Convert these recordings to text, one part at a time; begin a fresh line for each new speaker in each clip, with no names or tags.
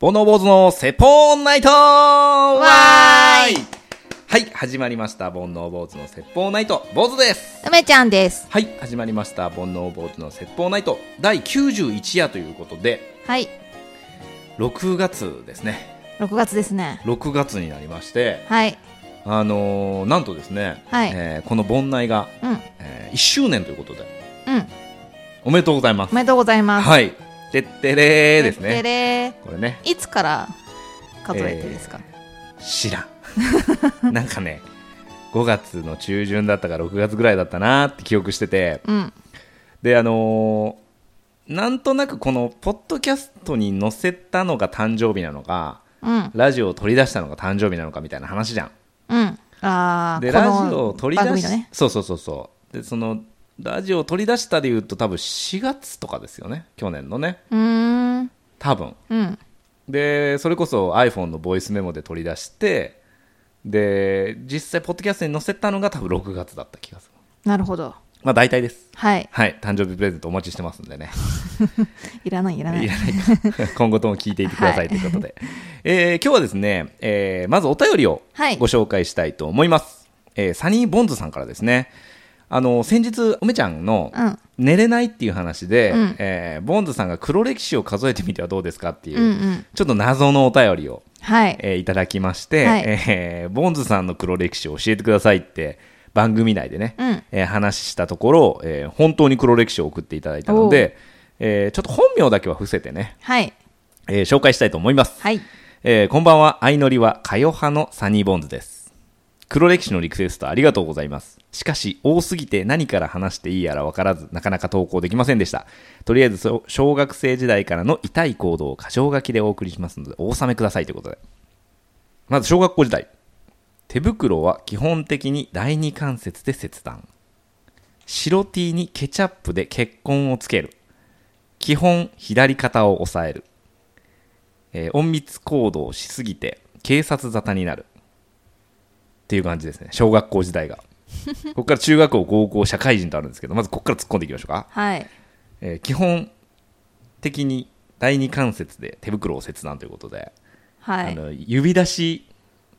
煩悩坊主の説法ナイトわ
ーい
はい、始まりました。煩悩坊主の説法ナイト。坊主です。
梅ちゃんです。
はい、始まりました。煩悩坊主の説法ナイト。第91夜ということで、
はい、
6月ですね。
6月ですね。
6月になりまして、
はい、
あのーなんとですね、
はい
えーこの煩悩が、
うん、うん、
え1周年ということで、
お
おめでとうございます。
めでとうございます。
はい。てってれーですね。
てれ
これね、
ーいつから数えてですか。
知らん なんかね5月の中旬だったか6月ぐらいだったなって記憶してて
うん、
であのーなんとなくこのポッドキャストに載せたのが誕生日なのか
うん、
ラジオを取り出したのが誕生日なのかみたいな話じゃん
うん。ああ、
で
この
ラジオを取り出
番組
し、
のね。
そうそうそうそうでそのラジオを取り出したでいうと多分4月とかですよね去年のね
うーん、
多分
うん、
でそれこそ iPhone のボイスメモで取り出してで実際ポッドキャストに載せたのが多分6月だった気がする
なるほど。
まあ大体です
はい、
はい誕生日プレゼントお待ちしてますんでね
いらない、いらないい。
らない か今後とも聞いていてくださいということで、えー今日はですね、えーまずお便りを
はい
ご紹介したいと思います、えーサニーボンズさんからですねあの先日梅ちゃんの
うん
寝れないっていう話で、
うん
えーボンズさんが黒歴史を数えてみてはどうですかっていう、
うん、うん、
ちょっと謎のお便りを
はい、
えーいただきまして、
はい
えーボンズさんの黒歴史を教えてくださいって番組内でね、
うん
えー話したところ、えー本当に黒歴史を送っていただいたので、えーちょっと本名だけは伏せてね、
はい、
えー紹介したいと思います、
はい、
えーこんばんは相乗りはかよ派のサニーボンズです黒歴史のリクエストありがとうございますしかし多すぎて何から話していいやらわからずなかなか投稿できませんでしたとりあえずそう小学生時代からの痛い行動を箇条書きでお送りしますのでお納めくださいということでまず小学校時代手袋は基本的に第二関節で切断白 T にケチャップで血痕をつける基本左肩を押さえる、えー隠密行動をしすぎて警察沙汰になるっていう感じですね小学校時 代がここから中学校高校社会人とあるんですけどまずここから突っ込んでいきましょうか
はい、
えー基本的に第二関節で手袋を切断ということで、
は
あ
い。
の指出し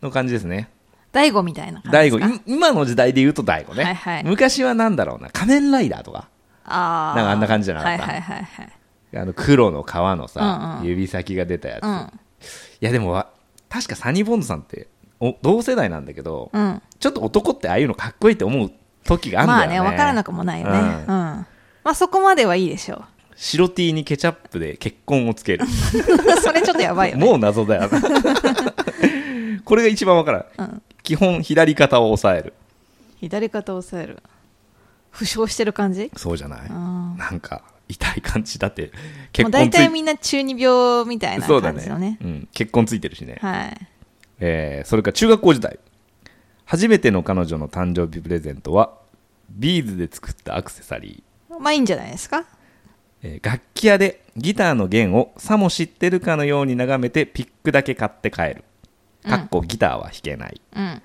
の感じですね
大悟みたいな感じ
大
です
悟
か。
い今の時代で言うと大悟ね、
はいはい
昔はなんだろうな仮面ライダーとか
ああ、
なんかあんな感じじゃなかった
はい、はい、はい、はい。
あの黒の皮のさ、
うんうん
指先が出たやつ、
う
いやでもわ確かサニーボンドさんってお同世代なんだけど、
ん、うん。
ちょっと男ってああいうのかっこいいって思う時があるんだよね,、
まあね、分からなくもないよね。
う
うんん。まあそこまではいいでしょ
白 T にケチャップで血痕をつ ける
う。それちょっとやばいよね。
もう謎だよな これが一番わからん、
うん
基本左肩を押さえる
左肩を押さえる。負傷してる感じ
そうじゃない、
ん
なんか痛い感じだって
も
結
う大
婚つ
体
い
みんな中二病みたいな
そうだ
感じ
ね
のね。
うん、結婚ついてるしね、
はい。
えーそれから中学校時代初めての彼女の誕生日プレゼントはビーズで作ったアクセサリー
まあいいんじゃないですか
えー楽器屋でギターの弦をさも知ってるかのように眺めてピックだけ買って帰るかっこギターは弾けない、
うん。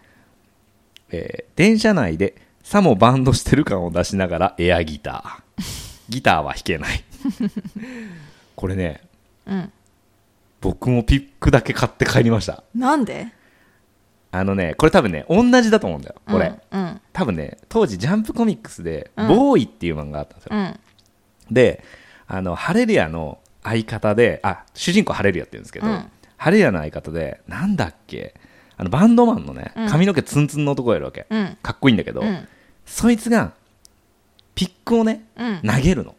えー電車内でさもバンドしてる感を出しながらエアギターギターは弾けないこれね
うん。
僕もピックだけ買って帰りました
なんで
あのねこれ多分ね同じだと思うんだよこれ、
うん。うん。
多分ね当時ジャンプコミックスで「
うん
ボーイ」っていう漫画があったんですよ、
うん。
であのハレリアの相方であ主人公ハレリアって言うんですけど、
うん
ハレリアの相方でなんだっけあのバンドマンのね
うん
髪の毛ツンツンの男がいるわけ、
うん。
かっこいいんだけど、
うん。
そいつがピックをね
うん。
投げるの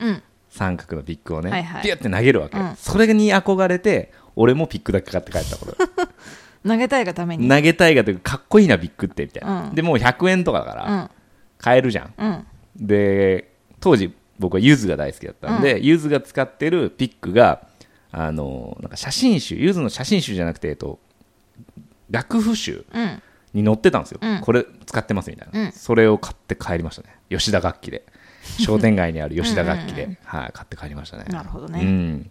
うん。
三角のピックをね、
はいはい
ピュって投げるわけ、
うん
それに憧れて俺もピックだけ買って帰ったこれ
投げたいがために。
投げたいがというかかっこいいなピックってみたいな、
うん
でもう100円とかだから、
うん。
買えるじゃん
うん。
で当時僕はゆずが大好きだったんで、ゆずが使ってるピックがあのなんか写真集ゆずの写真集じゃなくて、えっと、楽譜集
うん。
に載ってたんですよ、
うん
これ使ってますみたいな、
うん
それを買って帰りましたね吉田楽器で商店街にある吉田楽器 ではい、買って帰りましたね
なるほどね
うん、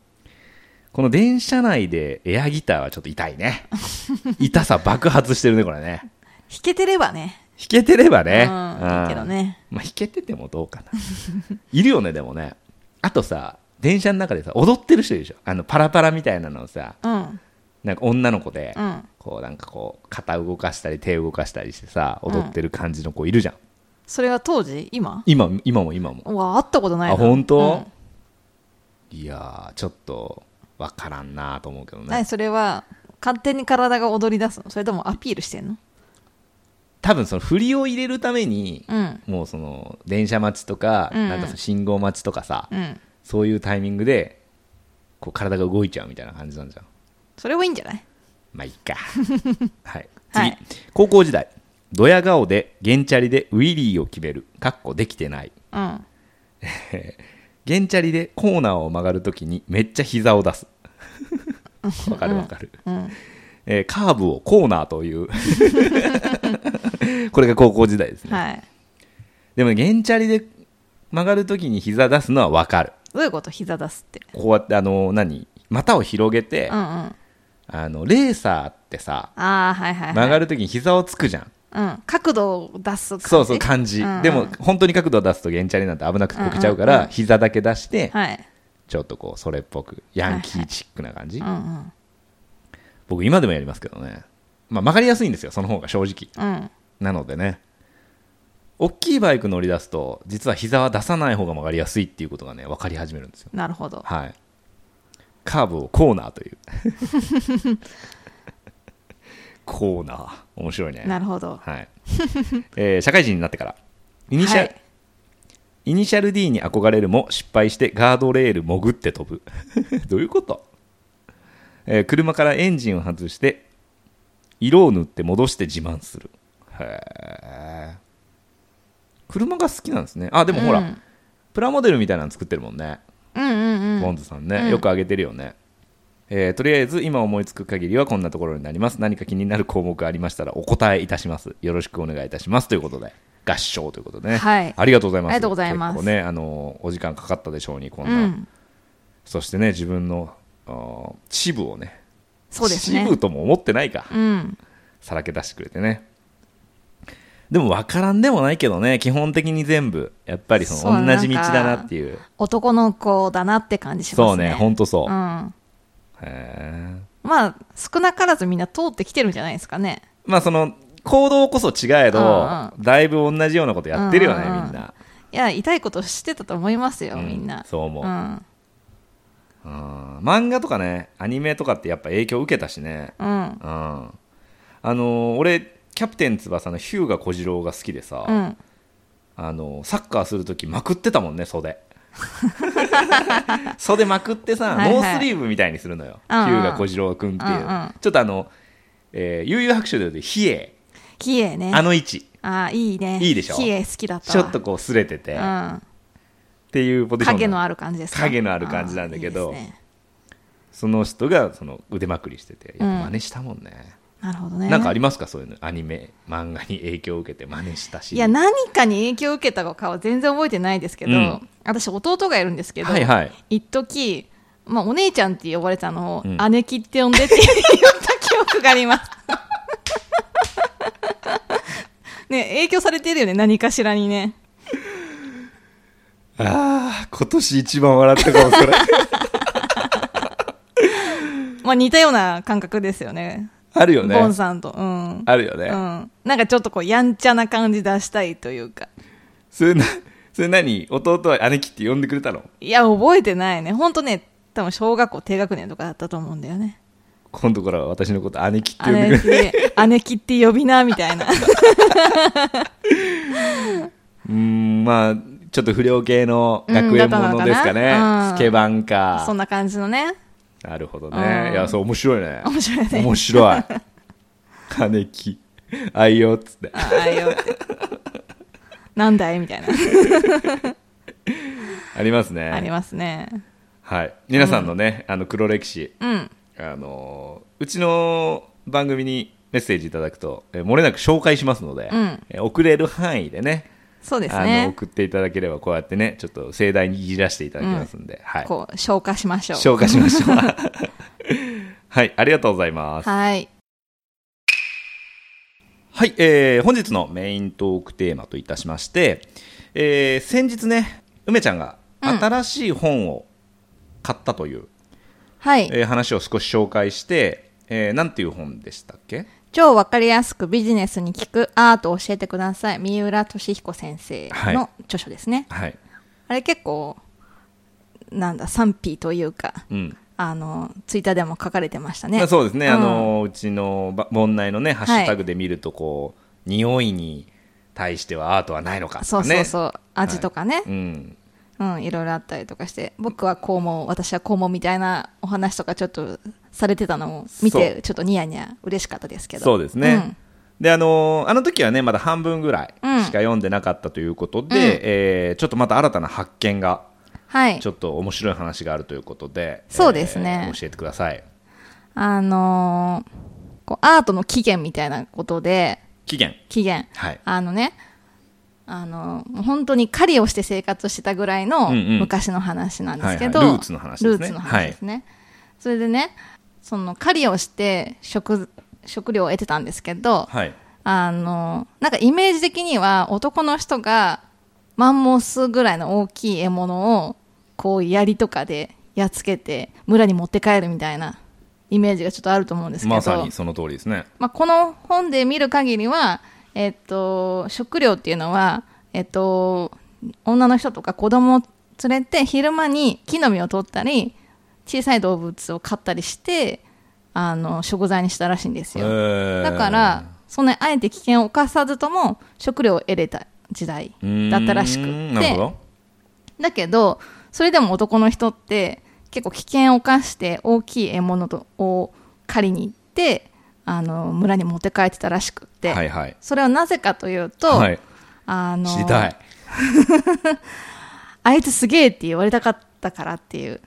この電車内でエアギターはちょっと痛いね 痛さ爆発してるねこれね
弾けてればね。
弾けてればね、
うん。いいけどね。
まあ、弾けててもどうかないるよねでもねあとさ電車の中でさ踊ってる人いるでしょあのパラパラみたいなのをさ
うん
なんか女の子で、
うん
こうなんかこう肩動かしたり手動かしたりしてさ踊ってる感じの子いるじゃん、
それは当時今
今今も今も
うわ会ったことないな
あ本当、いやーちょっとわからんなーと思うけど
うん、何
ね
それは勝手に体が踊り出すのそれともアピールしてんの
多分その振りを入れるために、
うん
もうその電車待ちとか,、
うんうん
なんかその信号待ちとかさ、
うん
そういうタイミングでこう体が動いちゃうみたいな感じなんじゃん
それはいいんじゃない
まあいいか はい次、
はい
高校時代ドヤ顔でゲンチャリでウィリーを決めるかっこできてない
うん
ゲンチャリでコーナーを曲がるときにめっちゃ膝を出 すわかるわかる、
うん
えーカーブをコーナーという これが高校時代ですね、
はい
でもゲンチャリで曲がるときに膝出すのはわかる
どういうこと膝出すって
こうやってあの何股を広げて、
うんうんあ
あのレーサーってさ
あーはいはい、はい、
曲がるときに膝をつくじゃん
うん、角度を出す感じ
そうそう感じ、
うんうん
でも本当に角度を出すとゲンチャリなんて危なくてこけちゃうから、
うんうんうん
膝だけ出して、
はい、
ちょっとこうそれっぽくヤンキーチックな感じ、
うんうん
僕今でもやりますけどね、まあ、曲がりやすいんですよその方が正直
うん、
なのでね大きいバイク乗り出すと実は膝は出さない方が曲がりやすいっていうことがね分かり始めるんですよ
なるほど
はいカーブをコーナーという コーナー面白いね
なるほど
はいえー社会人になってからイニシャル、
はい
イニシャル D に憧れるも失敗してガードレール潜って飛ぶ どういうこと、えー車からエンジンを外して色を塗って戻して自慢するへえ車が好きなんですねあでもほら、
うん
プラモデルみたいなの作ってるもんね
うんうんうん
モンズさんね、よくあげてるよね、えーとりあえず今思いつく限りはこんなところになります何か気になる項目ありましたらお答えいたしますよろしくお願いいたしますということで合唱ということでね、
はい
ありがとうございます
ありがとうございます
結構ねあのーお時間かかったでしょうにこん
う
な、
ん、
そしてね自分のあー支部をね
そうですね
支部とも思ってないか、
うん
さらけ出してくれてねでも分からんでもないけどね基本的に全部やっぱりそ
そう
の同じ道
なんか
だなっていう
男の子だなって感じしますね
そうねほんとそう、
うんま
へー
あ少なからずみんな通ってきてるんじゃないですかね
まあその行動こそ違えど、
うん
だいぶ同じようなことやってるよね、
うんうんうん
みんな、
いや痛いことしてたと思いますよ、
うん
みんな
そう思う、
ん
うん漫画とかねアニメとかってやっぱ影響受けたしね、
うん
うん、あのー俺キャプテン翼のヒューガ小次郎が好きでさ、
うん
あのーサッカーする時まくってたもんね袖 袖まくってさ
はいはい
ノースリーブみたいにするのよ、
うんうん
ヒューガ小次郎君っていう、
うんうん
ちょっとあの、えー悠々白書で言うと比叡
綺麗ね
あの位置
あーいいね
いいでしょ
綺麗好きだった
ちょ
わ
っとこう擦れてて、
う
っ
ん
ていうポジション
影
なの
のある感じですか
影のある感じなんだけど
あーいいですね
その人がその腕まくりしてて、やっぱ真似したもんね。
なるほどね
なんかありますか、そういうの、アニメ、漫画に影響を受けて真似したし。
いや何かに影響を受けたかは全然覚えてないですけど、
うん
私弟がいるんですけど、
はいはい。
一時まあお姉ちゃんって呼ばれたのを、
うん
姉貴って呼んでって言った記憶があります。 ね影響されてるよね何かしらにね
ああ、今年一番笑ったかも、それ。
まあ似たような感覚ですよね
あるよね
ボ。ンさんとうん、
あるよ
う
ね。
ん、なんかちょっとこうやんちゃな感じ出したいというか
それな、それ何弟は姉貴って呼んでくれたの
いや覚えてないね本当ね多分小学校低学年とかだったと思うんだよね
今度からは私のこと姉貴って呼んでくれ
姉
る。
貴姉貴って呼びなみたいな
うーん、まあ、ちょっと不良系の学園ものですか
うんだったのか
ね。
な
スケバンか
そ。んな感じのね
なるほど
う
ね。
ん
いや、そう、面白いね。
面白いね
面白い。 姉貴。愛用っつって。
ああよって。なんだいみたいな。
ありますね。
ありますね。
はい、皆さんのね、あの黒歴史、
うん。
あのーうちの番組にメッセージいただくと、えー漏れなく紹介しますので、
うん
えー送れる範囲でね
そうです
あの
ね。
送っていただければこうやってねちょっと盛大にいじらせていただきますんで、はい、
こう、消化しましょう。
紹介しましょ う はいありがとうございます
はい。
はい、えー本日のメイントークテーマといたしまして、えー先日ね梅ちゃんが
うん
新しい本を買ったという、
はい。
えー話を少し紹介して、えーなんていう本でしたっけ
超わかりやすくビジネスに効くアートを教えてください。三浦俊彦先生の著書ですね。
はい。
あれ結構、なんだ、賛否というか、
うん。
あの、ツイッターでも書かれてました
まあ
ね。
そうですね、
うん
あのうちのば問題のねハッシュタグで見るとこう、匂いに対してはアートはないのかと
そう
かね
そうそう。味とかね、
うん、
うん、いろいろあったりとかして、僕はこう思う、私はこう思うみたいなお話とかちょっとされてたのを見
そう
て、ちょっとニヤニヤ嬉しかったですけど。
そうですね、であのあの時はねまだ半分ぐらいし
うん
か読んでなかったということで、
うん
えーちょっとまた新たな発見が
うんはい
ち。ょっと面白い話があるということで
そうですね
えー教えてください
あのーこうアートの起源みたいなことで、
期限
起源。
はい
あのね、あのー本当に狩りをして生活してたぐらいの
うんうん
昔の話なんですけど、
はいはいルーツの話ですね
ルーツの話ですねそれでね、その狩りをして食、食料を得てたんですけど、
はい
あの、なんかイメージ的には男の人がマンモスぐらいの大きい獲物をこう槍とかでやっつけて村に持って帰るみたいなイメージがちょっとあると思うんですけど、
まさにその通りですね
まあ、この本で見る限りは、えっと、食料っていうのは、えっと、女の人とか子供を連れて昼間に木の実を取ったり小さい動物を飼ったりしてあの食材にしたらしいんですよ。だ
だ
から、そんなにあえて危険を冒さずとも食料を得れた時代だったらしくって
なるほど
だけどそれでも男の人って結構危険を冒して大きい獲物とを狩りに行ってあの村に持って帰ってたらしくって、
はいはい
それはなぜかというと、
はい
あの
知りたい
あいつすげえって言われたかったからっていう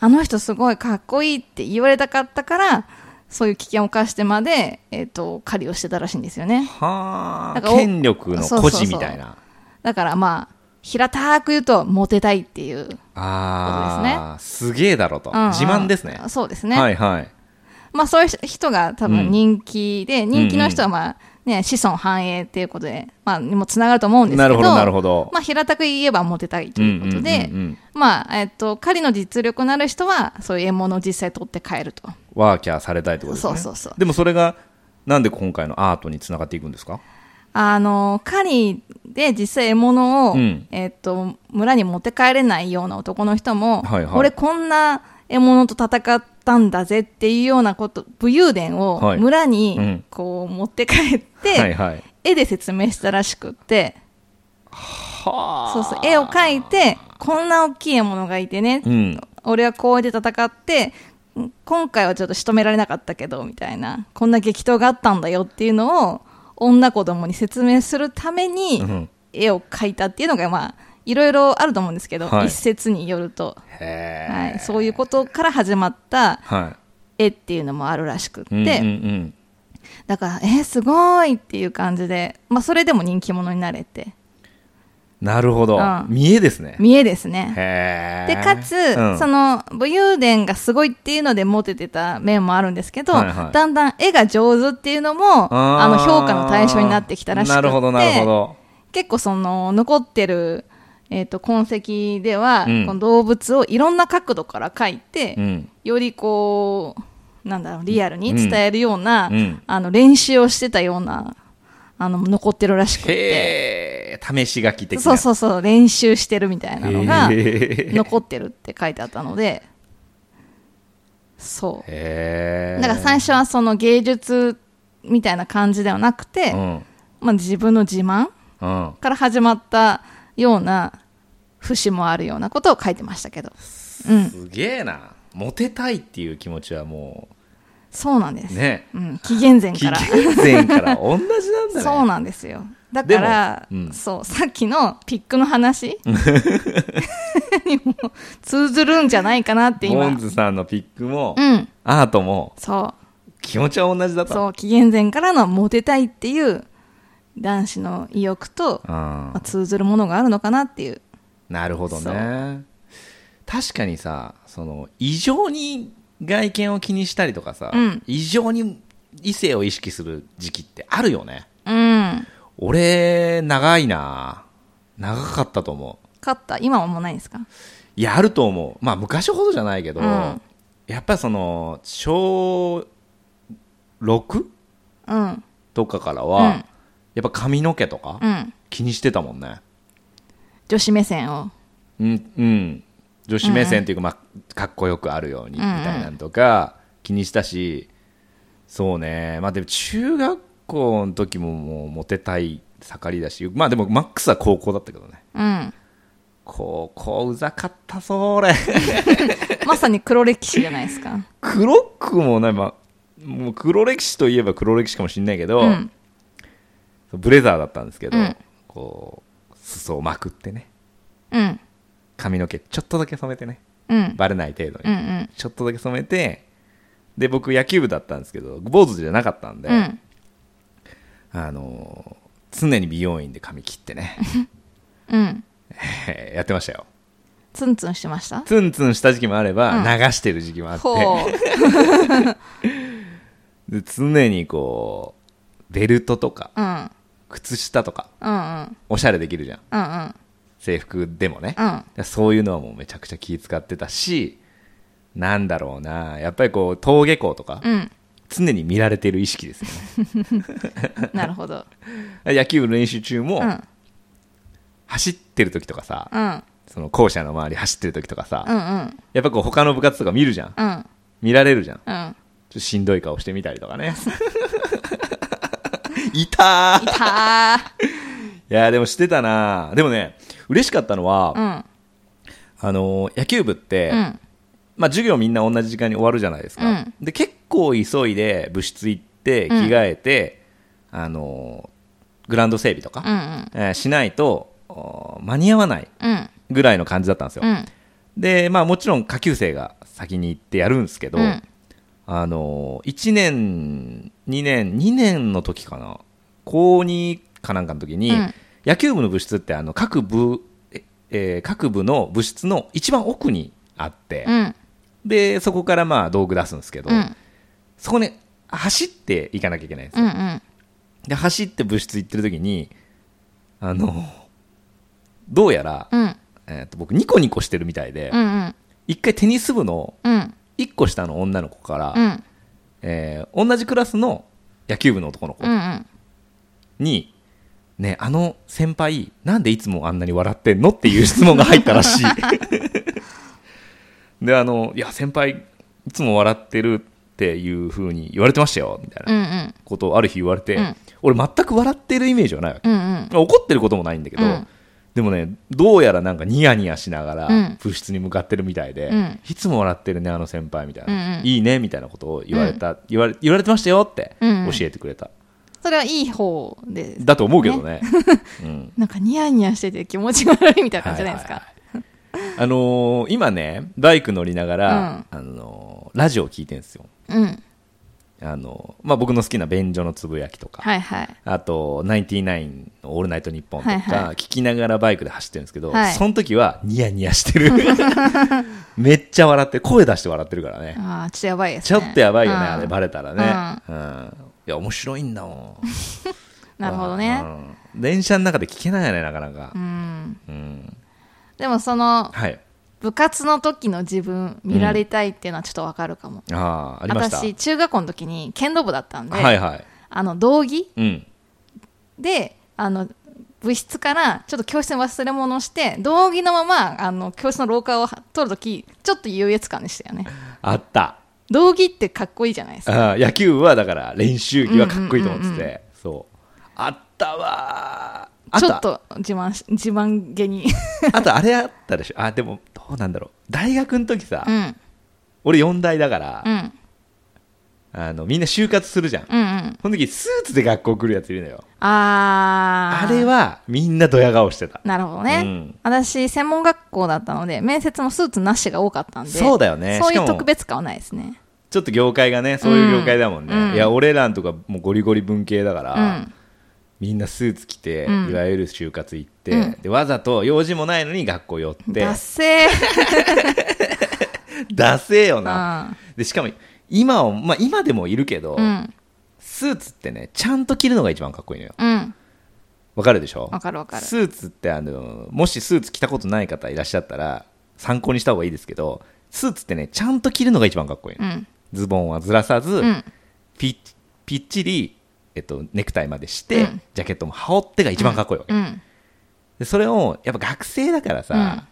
あの人すごいかっこいいって言われたかったからそういう危険を冒してまで、えっと狩りをしてたらしいんですよね
はあ
だからお
権力の
そうそう
孤
そう
児みたいな
だからまあ平たく言うとモテたいっていう、
ああすげえだろと
うんうん
自慢ですね
そうですね、
はいはい
まあそういう人が多
う
分
ん
人気で、人気の人はまあね子孫繁栄っていうことでまあにもつながると思うんですけ
な
ど
るほどなるほど
まあ平たく言えばモテたいということで、
うんうんうんうん
まあえっと狩りの実力のある人はそういう獲物を実際取って帰ると
ワーキャーされたいってことですね
そうそうそう
でもそれがなんで今回のアートにつながっていくんですか
あの狩りで実際獲物を、
うん
えっと村に持って帰れないような男の人も、
はいはい
俺こんな獲物と戦ったんだぜっていうようなこと武勇伝
は
を
い
村
う
に
ん
こう持って帰って、
はいはい
絵で説明したらしくって
は
そうそう絵を描いてこんな大きい獲物がいてね、
うん
俺はこうやって戦ってうん今回はちょっと仕留められなかったけどみたいなこんな激闘があったんだよっていうのを女子供に説明するために
うん
絵を描いたっていうのがまあいろいろあると思うんですけど、
はい
一説によると、
へ
は
え
い、そういうことから始まった
は
絵っていうのもあるらしくって、
いうんうん
だからえーすごいっていう感じで、まあ、それでも人気者になれて
うんなるほど
うん
見栄ですね
見栄ですね。
へえ
でかつ、その武勇伝がすごいっていうのでモテてた面もあるんですけど、
はいはい
だんだん絵が上手っていうのもあの評価の対象になってきたらしくて
なるほどなるほど
結構その残ってる、えー、と痕跡では、
うん
この動物をいろんな角度から描いて、
うん
よりこうなんだろうリアルに伝えるような、
うん
あの練習をしてたようなあの残ってるらしくて。
へえ試し書き的な
そうそうそう練習してるみたいなのが
へえ
残ってるって書いてあったのでそう
へ
だ
え
から最初はその芸術みたいな感じではなくて、
うん
まあ、自分の自慢
うん
から始まったような節もあるようなことを書いてましたけど、うん、
すげえなモテたいっていう気持ちはも
そうなんです、
う ね
うん、紀元前
紀
から
元前から同じなんだね
そうなんですよだから、
でもうん
そうさっきのピック の話にも通ずるんじゃないかなって
モ
今
ンズさんのピックも、
うん
アートも
そう
気持ちは同じだと
そう、紀元前からのモテたいっていう男子の意欲と、
うん
まあ、通ずるものがあるのかなっていう。
なるほど
そ
ね確かにさその異常に外見を気にしたりとかさ、
うん
異常に異性を意識する時期ってあるよね
うん。
俺長いな長かったと思う
勝った今はもうないですか
いやあると思うまあ昔ほどじゃないけど、
うん
やっぱりその小 6?
うん
とかから
う
は、
ん
やっぱ髪の毛とか
うん
気にしてたもんね
女子目線を
うん、うん、女子目線っていうか、まあ、かっこよくあるようにみ
うんうん
たいなのとか気にしたし、そうねまあでも中学校の時ももうモテたい盛りだしまあでもマックスは高校だったけどね
うん
高校うざかったそれ
まさに黒歴史じゃないですか
黒くもね、まあ、もう黒歴史といえば黒歴史かもしれないけど、
うん
ブレザーだったんですけど、
うん
こう裾をまくってね
うん
髪の毛ちょっとだけ染めてね
うん
バレない程度に
うんうん
ちょっとだけ染めて、で、僕野球部だったんですけど、坊主じゃなかったんで、
うん
あのー常に美容院で髪切ってね、
うん
やってましたよ。
ツンツンしてました
ツンツンした時期もあれば、
うん
流してる時期もあって、
ほ
で常にこう、ベルトとか、
ううん
靴下とか、
うんうん
おしゃれできるじゃん。
うんうん
制服でもね。
うん
でそういうのはもうめちゃくちゃ気使ってたし、なんだろうな、やっぱりこう、登下校とか、
うん
常に見られてる意識ですよね。
なるほ ど
野球部の練習中も、
うん
走ってる時とかさ、
うん
その校舎の周り走ってる時とかさ、
うんうん
やっぱこう他の部活とか見るじゃん。
うん
見られるじゃん。ちょ
うん
っとしんどい顔してみたりとかね。 いたーい
いた
やーでもしてたなーでもね、嬉しかったのは、
ーうん
あのー野球部って、
うん
まあ授業みんな同じ時間に終わるじゃないですか。
うん
で、結構急いで部室行って、着替えて、あのーグラウンド整備と
う
か、
ん
えーしないと、おー間に合わない
うん
ぐらいの感じだったんですよ。
うん
で、まあもちろん下級生が先に行ってやるんですけど、
うん
あの、1年、2年、2年の時かな、高2かなんかの時に、
うん
野球部の部室ってあの各部、ええー各部の部室の一番奥にあって、
うん
で、そこからまあ道具出すんですけど、
うん
そこね、走って行かなきゃいけないんです
う
よ。
んうん
で、走って部室行ってる時に、あの、どうやら、
うん
えーと僕ニコニコしてるみたいで
う、ん
一回テニス部の
うん
1個下の女の子から、
うん
えー同じクラスの野球部の男の子
うんうん
に、ね、あの先輩、なんでいつもあんなに笑ってんのっていう質問が入ったら しい。で、あの、いや、先輩、いつも笑ってるっていう風に言われてましたよ、みたい
うんう
なんことをある日言われて、
うん
俺全く笑ってるイメージはないわけ。
うんうん
怒ってることもないんだけど、
うん
でもね、どうやらなんかニヤニヤしながら
うん
部室に向かってるみたいで、
うん
いつも笑ってるね、あの先輩みたいな、
うんうん
いいねみたいなことを言われた、言われ言われてましたよって
うんうん
教えてくれた、
それはいい方で
だと思うけどね。 うん
なんかニヤニヤしてて気持ち悪いみたいな感じじゃないです
は
か
いはいはいあのー今ね、バイク乗りながら、あのーラジオを聞いてるんですよ。
うん
あのーまあ、僕の好きな便所のつぶやきとか、
はいはい
あと、ナインティナインのオールナイトニッポンとか、
はいは
聞きながらバイクで走ってるんですけど、
はい
その時はニヤニヤしてる。 めっちゃ笑ってる、声出して笑ってるからね。
ああちょっとやばいです
ち
ね
ょっとやばいよね、
うん
あれバレたらね、うんいや、面白いんだもん。
なるほどね
うん電車の中で聞けないよね、なかなか
う。ん
うん
でもその
はい。
部活の時の自分見られたいっていうのはちょっとわかるかも、
ああ、ありました。
私中学校の時に剣道部だったんで、
はいはい。
あの道着
うん。
であの部室からちょっと教室に忘れ物をして道着のままあの教室の廊下を通る時ちょっと優越感でしたよね
あった。
道着ってかっこいいじゃないですか
あー野球部はだから練習着はかっこいいと思ってて、
うんうんうん
そう。あったわーあ
ちょ
た
っと自慢し自慢げ に
あとあれあったでしょあでもどうなんだろう大学の時さ、
うん
俺4大だから、
うん
あのみんな就活するじゃん、
うんうん
その時スーツで学校来るやついるのよ
あ
あ
ー
れはみんなドヤ顔してた
なるほどね、
うん
私専門学校だったので面接もスーツなしが多かったんで
そうだよね
そうい
しか
う
も
特別感はないですね
ちょっと業界がねそういう業界だもんね、
うん
いや俺らんとかもうゴリゴリ文系だから、
うん
みんなスーツ着て、
うん
いわゆる就活行って、
うん
でわざと用事もないのに学校寄って
ダッセー
ダセえよな、
な
でしかも今を、まあ、今でもいるけど、
うん
スーツってねちゃんと着るのが一番かっこいいのよ
うん
わかるでしょ
わかるわかる
スーツってあのもしスーツ着たことない方いらっしゃったら参考にした方がいいですけどスーツってねちゃんと着るのが一番かっこいいの、
うん
ズボンはずらさず、
うん
ぴっぴっちり、えっと、ネクタイまでして、
うん
ジャケットも羽織ってが一番かっこいいわけ、
うん
でそれをやっぱ学生だからさ、
うん
ちょっ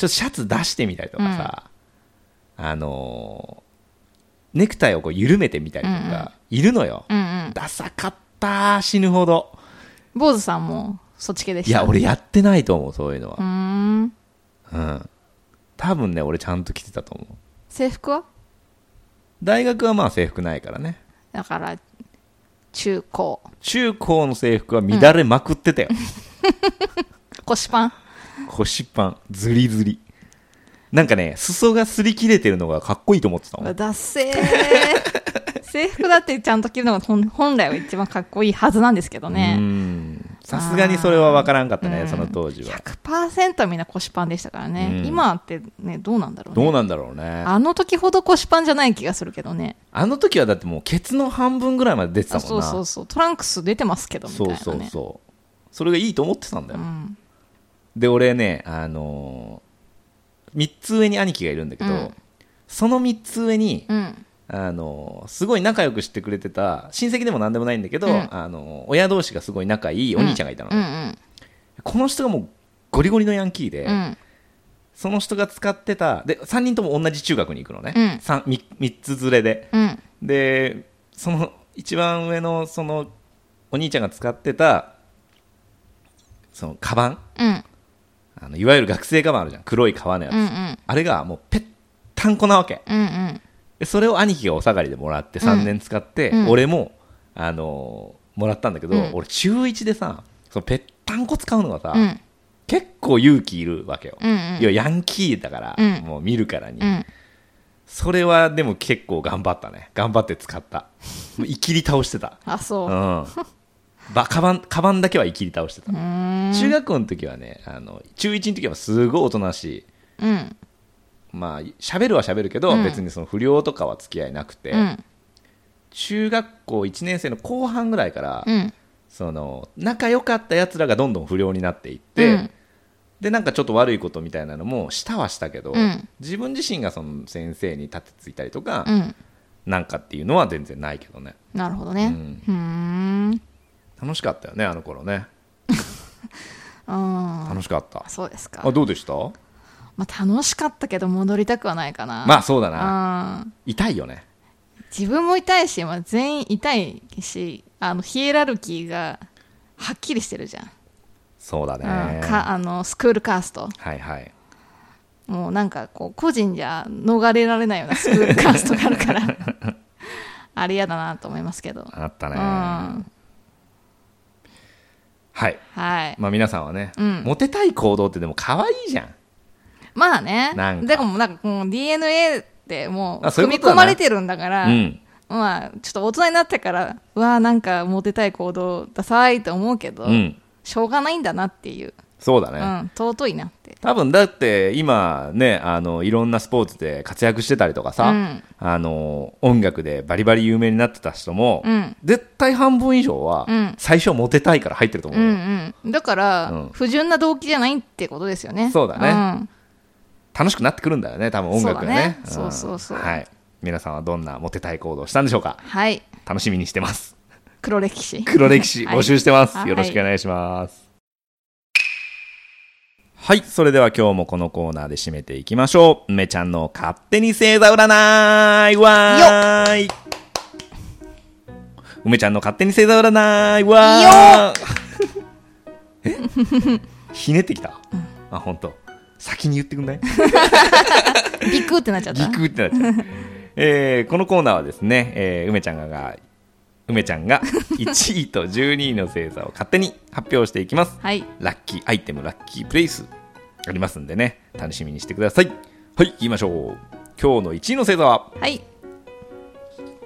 とシャツ出してみたりとかさ、あのーネクタイをこう緩めてみたりとか、いるのよ、
うんうん
ダサかった死ぬほど
坊主さんもそっち系で
い
した
や俺やってないと思うそういうの
う
は、
ーん
うん、多分ね俺ちゃんと着てたと思う
制服は
大学はまあ制服ないからね
だから中高
中高の制服は乱れまくってたよ、
腰パン
腰パンズリズリなんかね裾が擦り切れてるのがかっこいいと思ってたもん
だっせー制服だってちゃんと着るのが本本来は一番かっこいいはずなんですけど
う
ね
んさすがにそれは分からんかったね
うん
その当時は
100%みんな腰パンでしたからね、
うん
今ってねどうなんだろうね
どうなんだろうね
あの時ほど腰パンじゃない気がするけどね
あの時はだってもうケツの半分ぐらいまで出てた
あ
もん
そう
な
そうそうトランクス出てますけどみたいな
そう
ね
そうそうそれがいいと思ってたんだよ
うん
で俺ねあのー、3つ上に兄貴がいるんだけど、
うん
その3つ上に、
うん
あのーすごい仲良くしてくれてた親戚でも何でもないんだけど、
うん
あのー親同士がすごい仲いいお兄ちゃんがいたの、
うんうん
この人がもうゴリゴリのヤンキーで、
うん
その人が使ってたで3人とも同じ中学に行くのね、
うん
3, つ連れで
うん
でその一番上のそのお兄ちゃんが使ってたそのカバン
うん
あのいわゆる学生カバンあるじゃん黒い革のやつ、
うんうん
あれがもうぺったんこなわけ
うんうん
でそれを兄貴がお下がりでもらって3年使って、
うん
俺も、あのーもらったんだけど、
うん
俺中1でさそのぺったんこ使うのがさ、
うん
結構勇気いるわけよ、
うん
要はヤンキーだから、
うん
もう見るからに、
うん
それはでも結構頑張ったね頑張って使ったもういきり倒してた
あ
う
そ
ん
う
ばカバンカバンだけはいきり倒してた
うーん
中学校の時はねあの中1の時はすごいおとなしい
うん
まあ喋るは喋るけど、
うん
別にその不良とかは付き合いなくて、
うん
中学校1年生の後半ぐらいから、
うん
その仲良かったやつらがどんどん不良になっていって、
うん
でなんかちょっと悪いことみたいなのもしたはしたけど、
うん
自分自身がその先生に立てついたりとか、
うん
なんかっていうのは全然ないけどね
なるほどねうーんうん
楽しかったよねあの頃ね
あ
楽しかった、
そうですか
あどうでした
まあ、楽しかったけど戻りたくはないかな。
まあそうだな
うん
痛いよね
自分も痛いし、まあ、全員痛いしあのヒエラルキーがはっきりしてるじゃん、
そうだね、
うんかあのスクールカースト
はいはい
もうなんかこう個人じゃ逃れられないようなスクールカーストがあるから あれ嫌だなと思いますけど、
あった
う
ね、
ん、は
はい
い
まあ皆さんはね、
うん
モテたい行動ってでも可愛いじゃん
まあね
なんか
でもなんかもう DNA ってもう
あそういう
組
こと
み
だ
込
な
まれてるんだから
うん
まあちょっと大人になってからうわあなんかモテたい行動ダサいと思うけど、
うん
しょうがないんだなっていう、
そうだね、
うん、尊いなって
多分だって今ねあのいろんなスポーツで活躍してたりとかさ、
うん
あの音楽でバリバリ有名になってた人も、
うん
絶対半分以上は
うん
最初はモテたいから入ってると思
う
うよ、
んうんだから、
うん
不純な動機じゃないってことですよね
そうだね楽しくなってくるんだよね多分音楽がね
そうだねそうそうそうん
はい、皆さんはどんなモテたい行動をしたんでしょうか
うんはい
楽しみにしてます
黒 歴史
黒歴史
はい
募集してます、
はい
よろしくお願いしますはい、それでは今日もこのコーナーで締めていきましょう梅ちゃんの勝手に星座占いわーい梅ちゃんの勝手に星座占いわーいえ ひねってきた、あ本当先に言ってくんない
ビクってなっちゃった
ギクってなっちゃ う、えーこのコーナーはですね、えー梅ちゃんが梅ちゃん が1位と12位の星座を勝手に発表していきます
はい
ラッキーアイテムラッキープレイスありますんでね楽しみにしてくださいはい言いましょう今日の1位の星座は
はい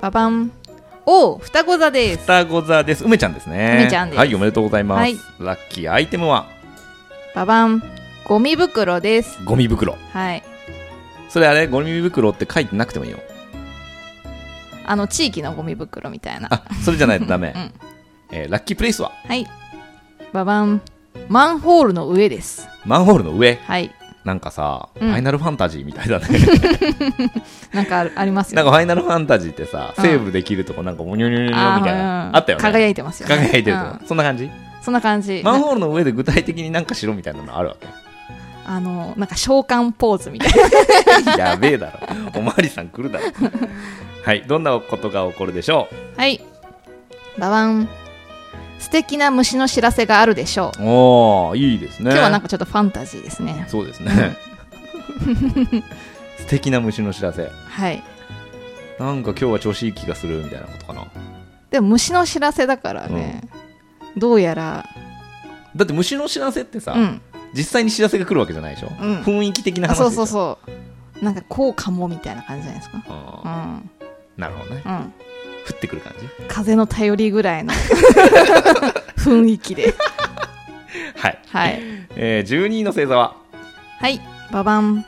ババンおう双子座です
双子座です梅ちゃんですね
梅ちゃんです
はいおめでとうございます、
はい
ラッキーアイテムは
ババンゴミ袋です
ゴミ袋
はい
それあれゴミ袋って書いてなくてもいいよ
あの地域のゴミ袋みたいな
あそれじゃないとダメ、
うん
えーラッキープレイスは
はいババンマンホールの上です
マンホールの上
はい
なんかさ、
うん
ファイナルファンタジーみたいだね
なんかあるありますよ
なんかファイナルファンタジーってさ、
うん
セーブできるとこなんかモニョニョニョニョみたいな、
うん
あったよね
輝いてますよ、ね、
輝いてると
うん
そんな感じ
そんな感じ
マンホールの上で具体的になんかしろみたいなのある わけ
あのなんか召喚ポーズみたい な
やべえだろおまわりさん来るだ ろはいどんなことが起こるでしょ
はいババン素敵な虫の知らせがあるでしょう
うおーいいですね
今日はなんかちょっとファンタジーですね
そうです ね素敵な虫の知らせ
はい
なんか今日は調子いい気がするみたいなことかな
でも虫の知らせだからね、どうやら
だって虫の知らせってさ、
うん
実際に知らせが来るわけじゃないでしょ、
うん
雰囲気的な
あ
話でし
そ
ょ
うそうそうなんかこうかもみたいな感じじゃないですかう
あ
ん
ーなるほどね
うん
降ってくる感じ
風の頼りぐら いの雰囲気で
はい、
はい
えー、12位の星座は
はいババン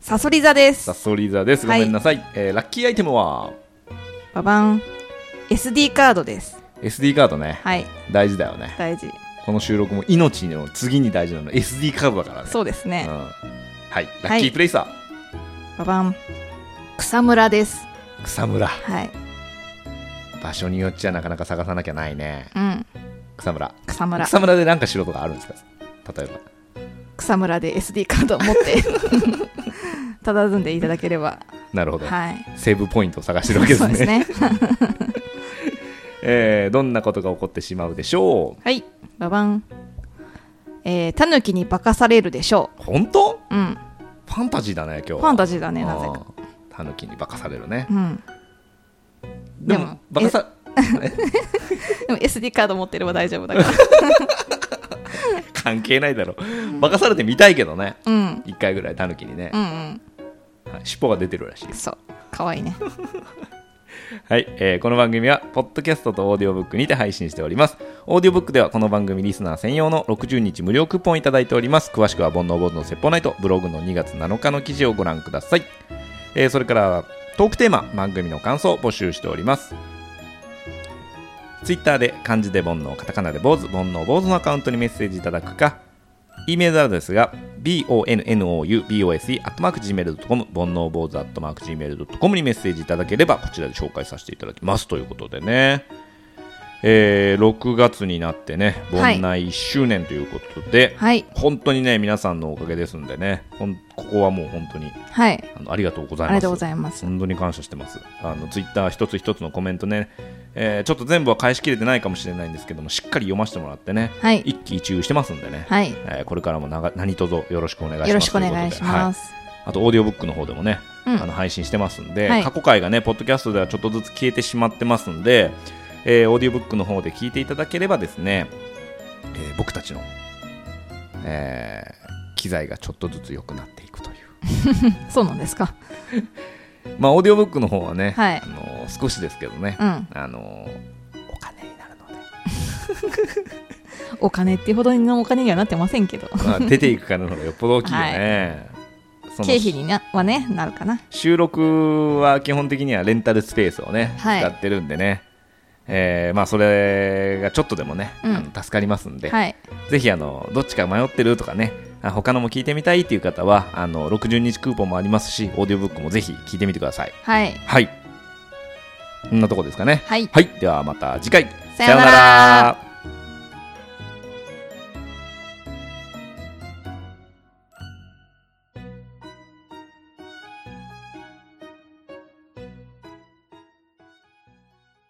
サソリ座です
サソリ座ですごめんなさい、えーラッキーアイテムは
ババン SD カードです
SD カードね
はい
大事だよね
大事
この収録も命の次に大事なの SD カードだからね
そうです
う
ね
ん、はいラッキープレイサー、
ババン草むらです
草むら
はい
場所によっちゃなかなか探さなきゃないね
うん
草むら
草むら
草むらでなんかしろとかあるんですか例えば
草むらで SD カードを持って 佇んでいただければ
なるほど、
はい
セーブポイントを探してるわけです
そう
ね
ですね
えーどんなことが起こってしまうでしょ
はいババンえー、タヌキに化かされるでしょ
う本当
ううん
ファンタジーだね今日
ファンタジーだねなぜか
かタヌキに化かされるね
うん
でも
でも
バカさ
でも SD カード持ってれば大丈夫だから
関係ないだろ化かされてみたいけどね
うん
一回ぐらいタヌキにね
う、んうん
はい尻尾が出てるらしいです
そうかわいいね
はい、えーこの番組は、ポッドキャストとオーディオブックにて配信しております。オーディオブックでは、この番組リスナー専用の60日無料クーポンをいただいております。詳しくは、煩悩坊主の説法ナイト、ブログの2月7日の記事をご覧ください。えーそれから、トークテーマ、番組の感想を募集しております。ツイッターで、漢字で煩悩、カタカナで坊主、煩悩坊主のアカウントにメッセージいただくか、e メールアドレスが bonoubose.gmail.com 煩悩坊主 .gmail.com にメッセージいただければこちらで紹介させていただきますということでね、えー6月になってね
はい
盆内1周年ということで、
はい
本当にね皆さんのおかげですんでねほんここはもう本当に
はい
あのありがとうござい
あ
ます
りがとうございます
本当に感謝してますあのツイッター一つ一つのコメントね、えーちょっと全部は返しきれてないかもしれないんですけどもしっかり読ませてもらってね、
はい
一喜一憂してますんでね、
はい
えーこれからもなが何卒よろしくお願いします
よろしくお願い
ということ
しま
ではい
す
あとオーディオブックの方でもね、
うん
あの配信してますんで、
はい
過去回がねポッドキャストではちょっとずつ消えてしまってますんで、えーオーディオブックの方で聞いていただければですね、えー僕たちの、えー機材がちょっとずつ良くなっていくという
そうなんですか
まあオーディオブックの方はね、
はい
あのー少しですけどね、
うん
あのーお金になるので
お金っていうほどのお金にはなってませんけど
まあ、出ていくからの方がよっぽど大きいよね。その
経費にな はねなるかな
収録は基本的にはレンタルスペースをね、
はい
使ってるんでね、えーまあ、それがちょっとでもね、
うん
あの助かりますんで、
はい
ぜひあのどっちか迷ってるとかねあ他のも聞いてみたいっていう方はあの60日クーポンもありますしオーディオブックもぜひ聞いてみてください
はい
はいこんなとこですかね
はい
はい、ではまた次回
さようなら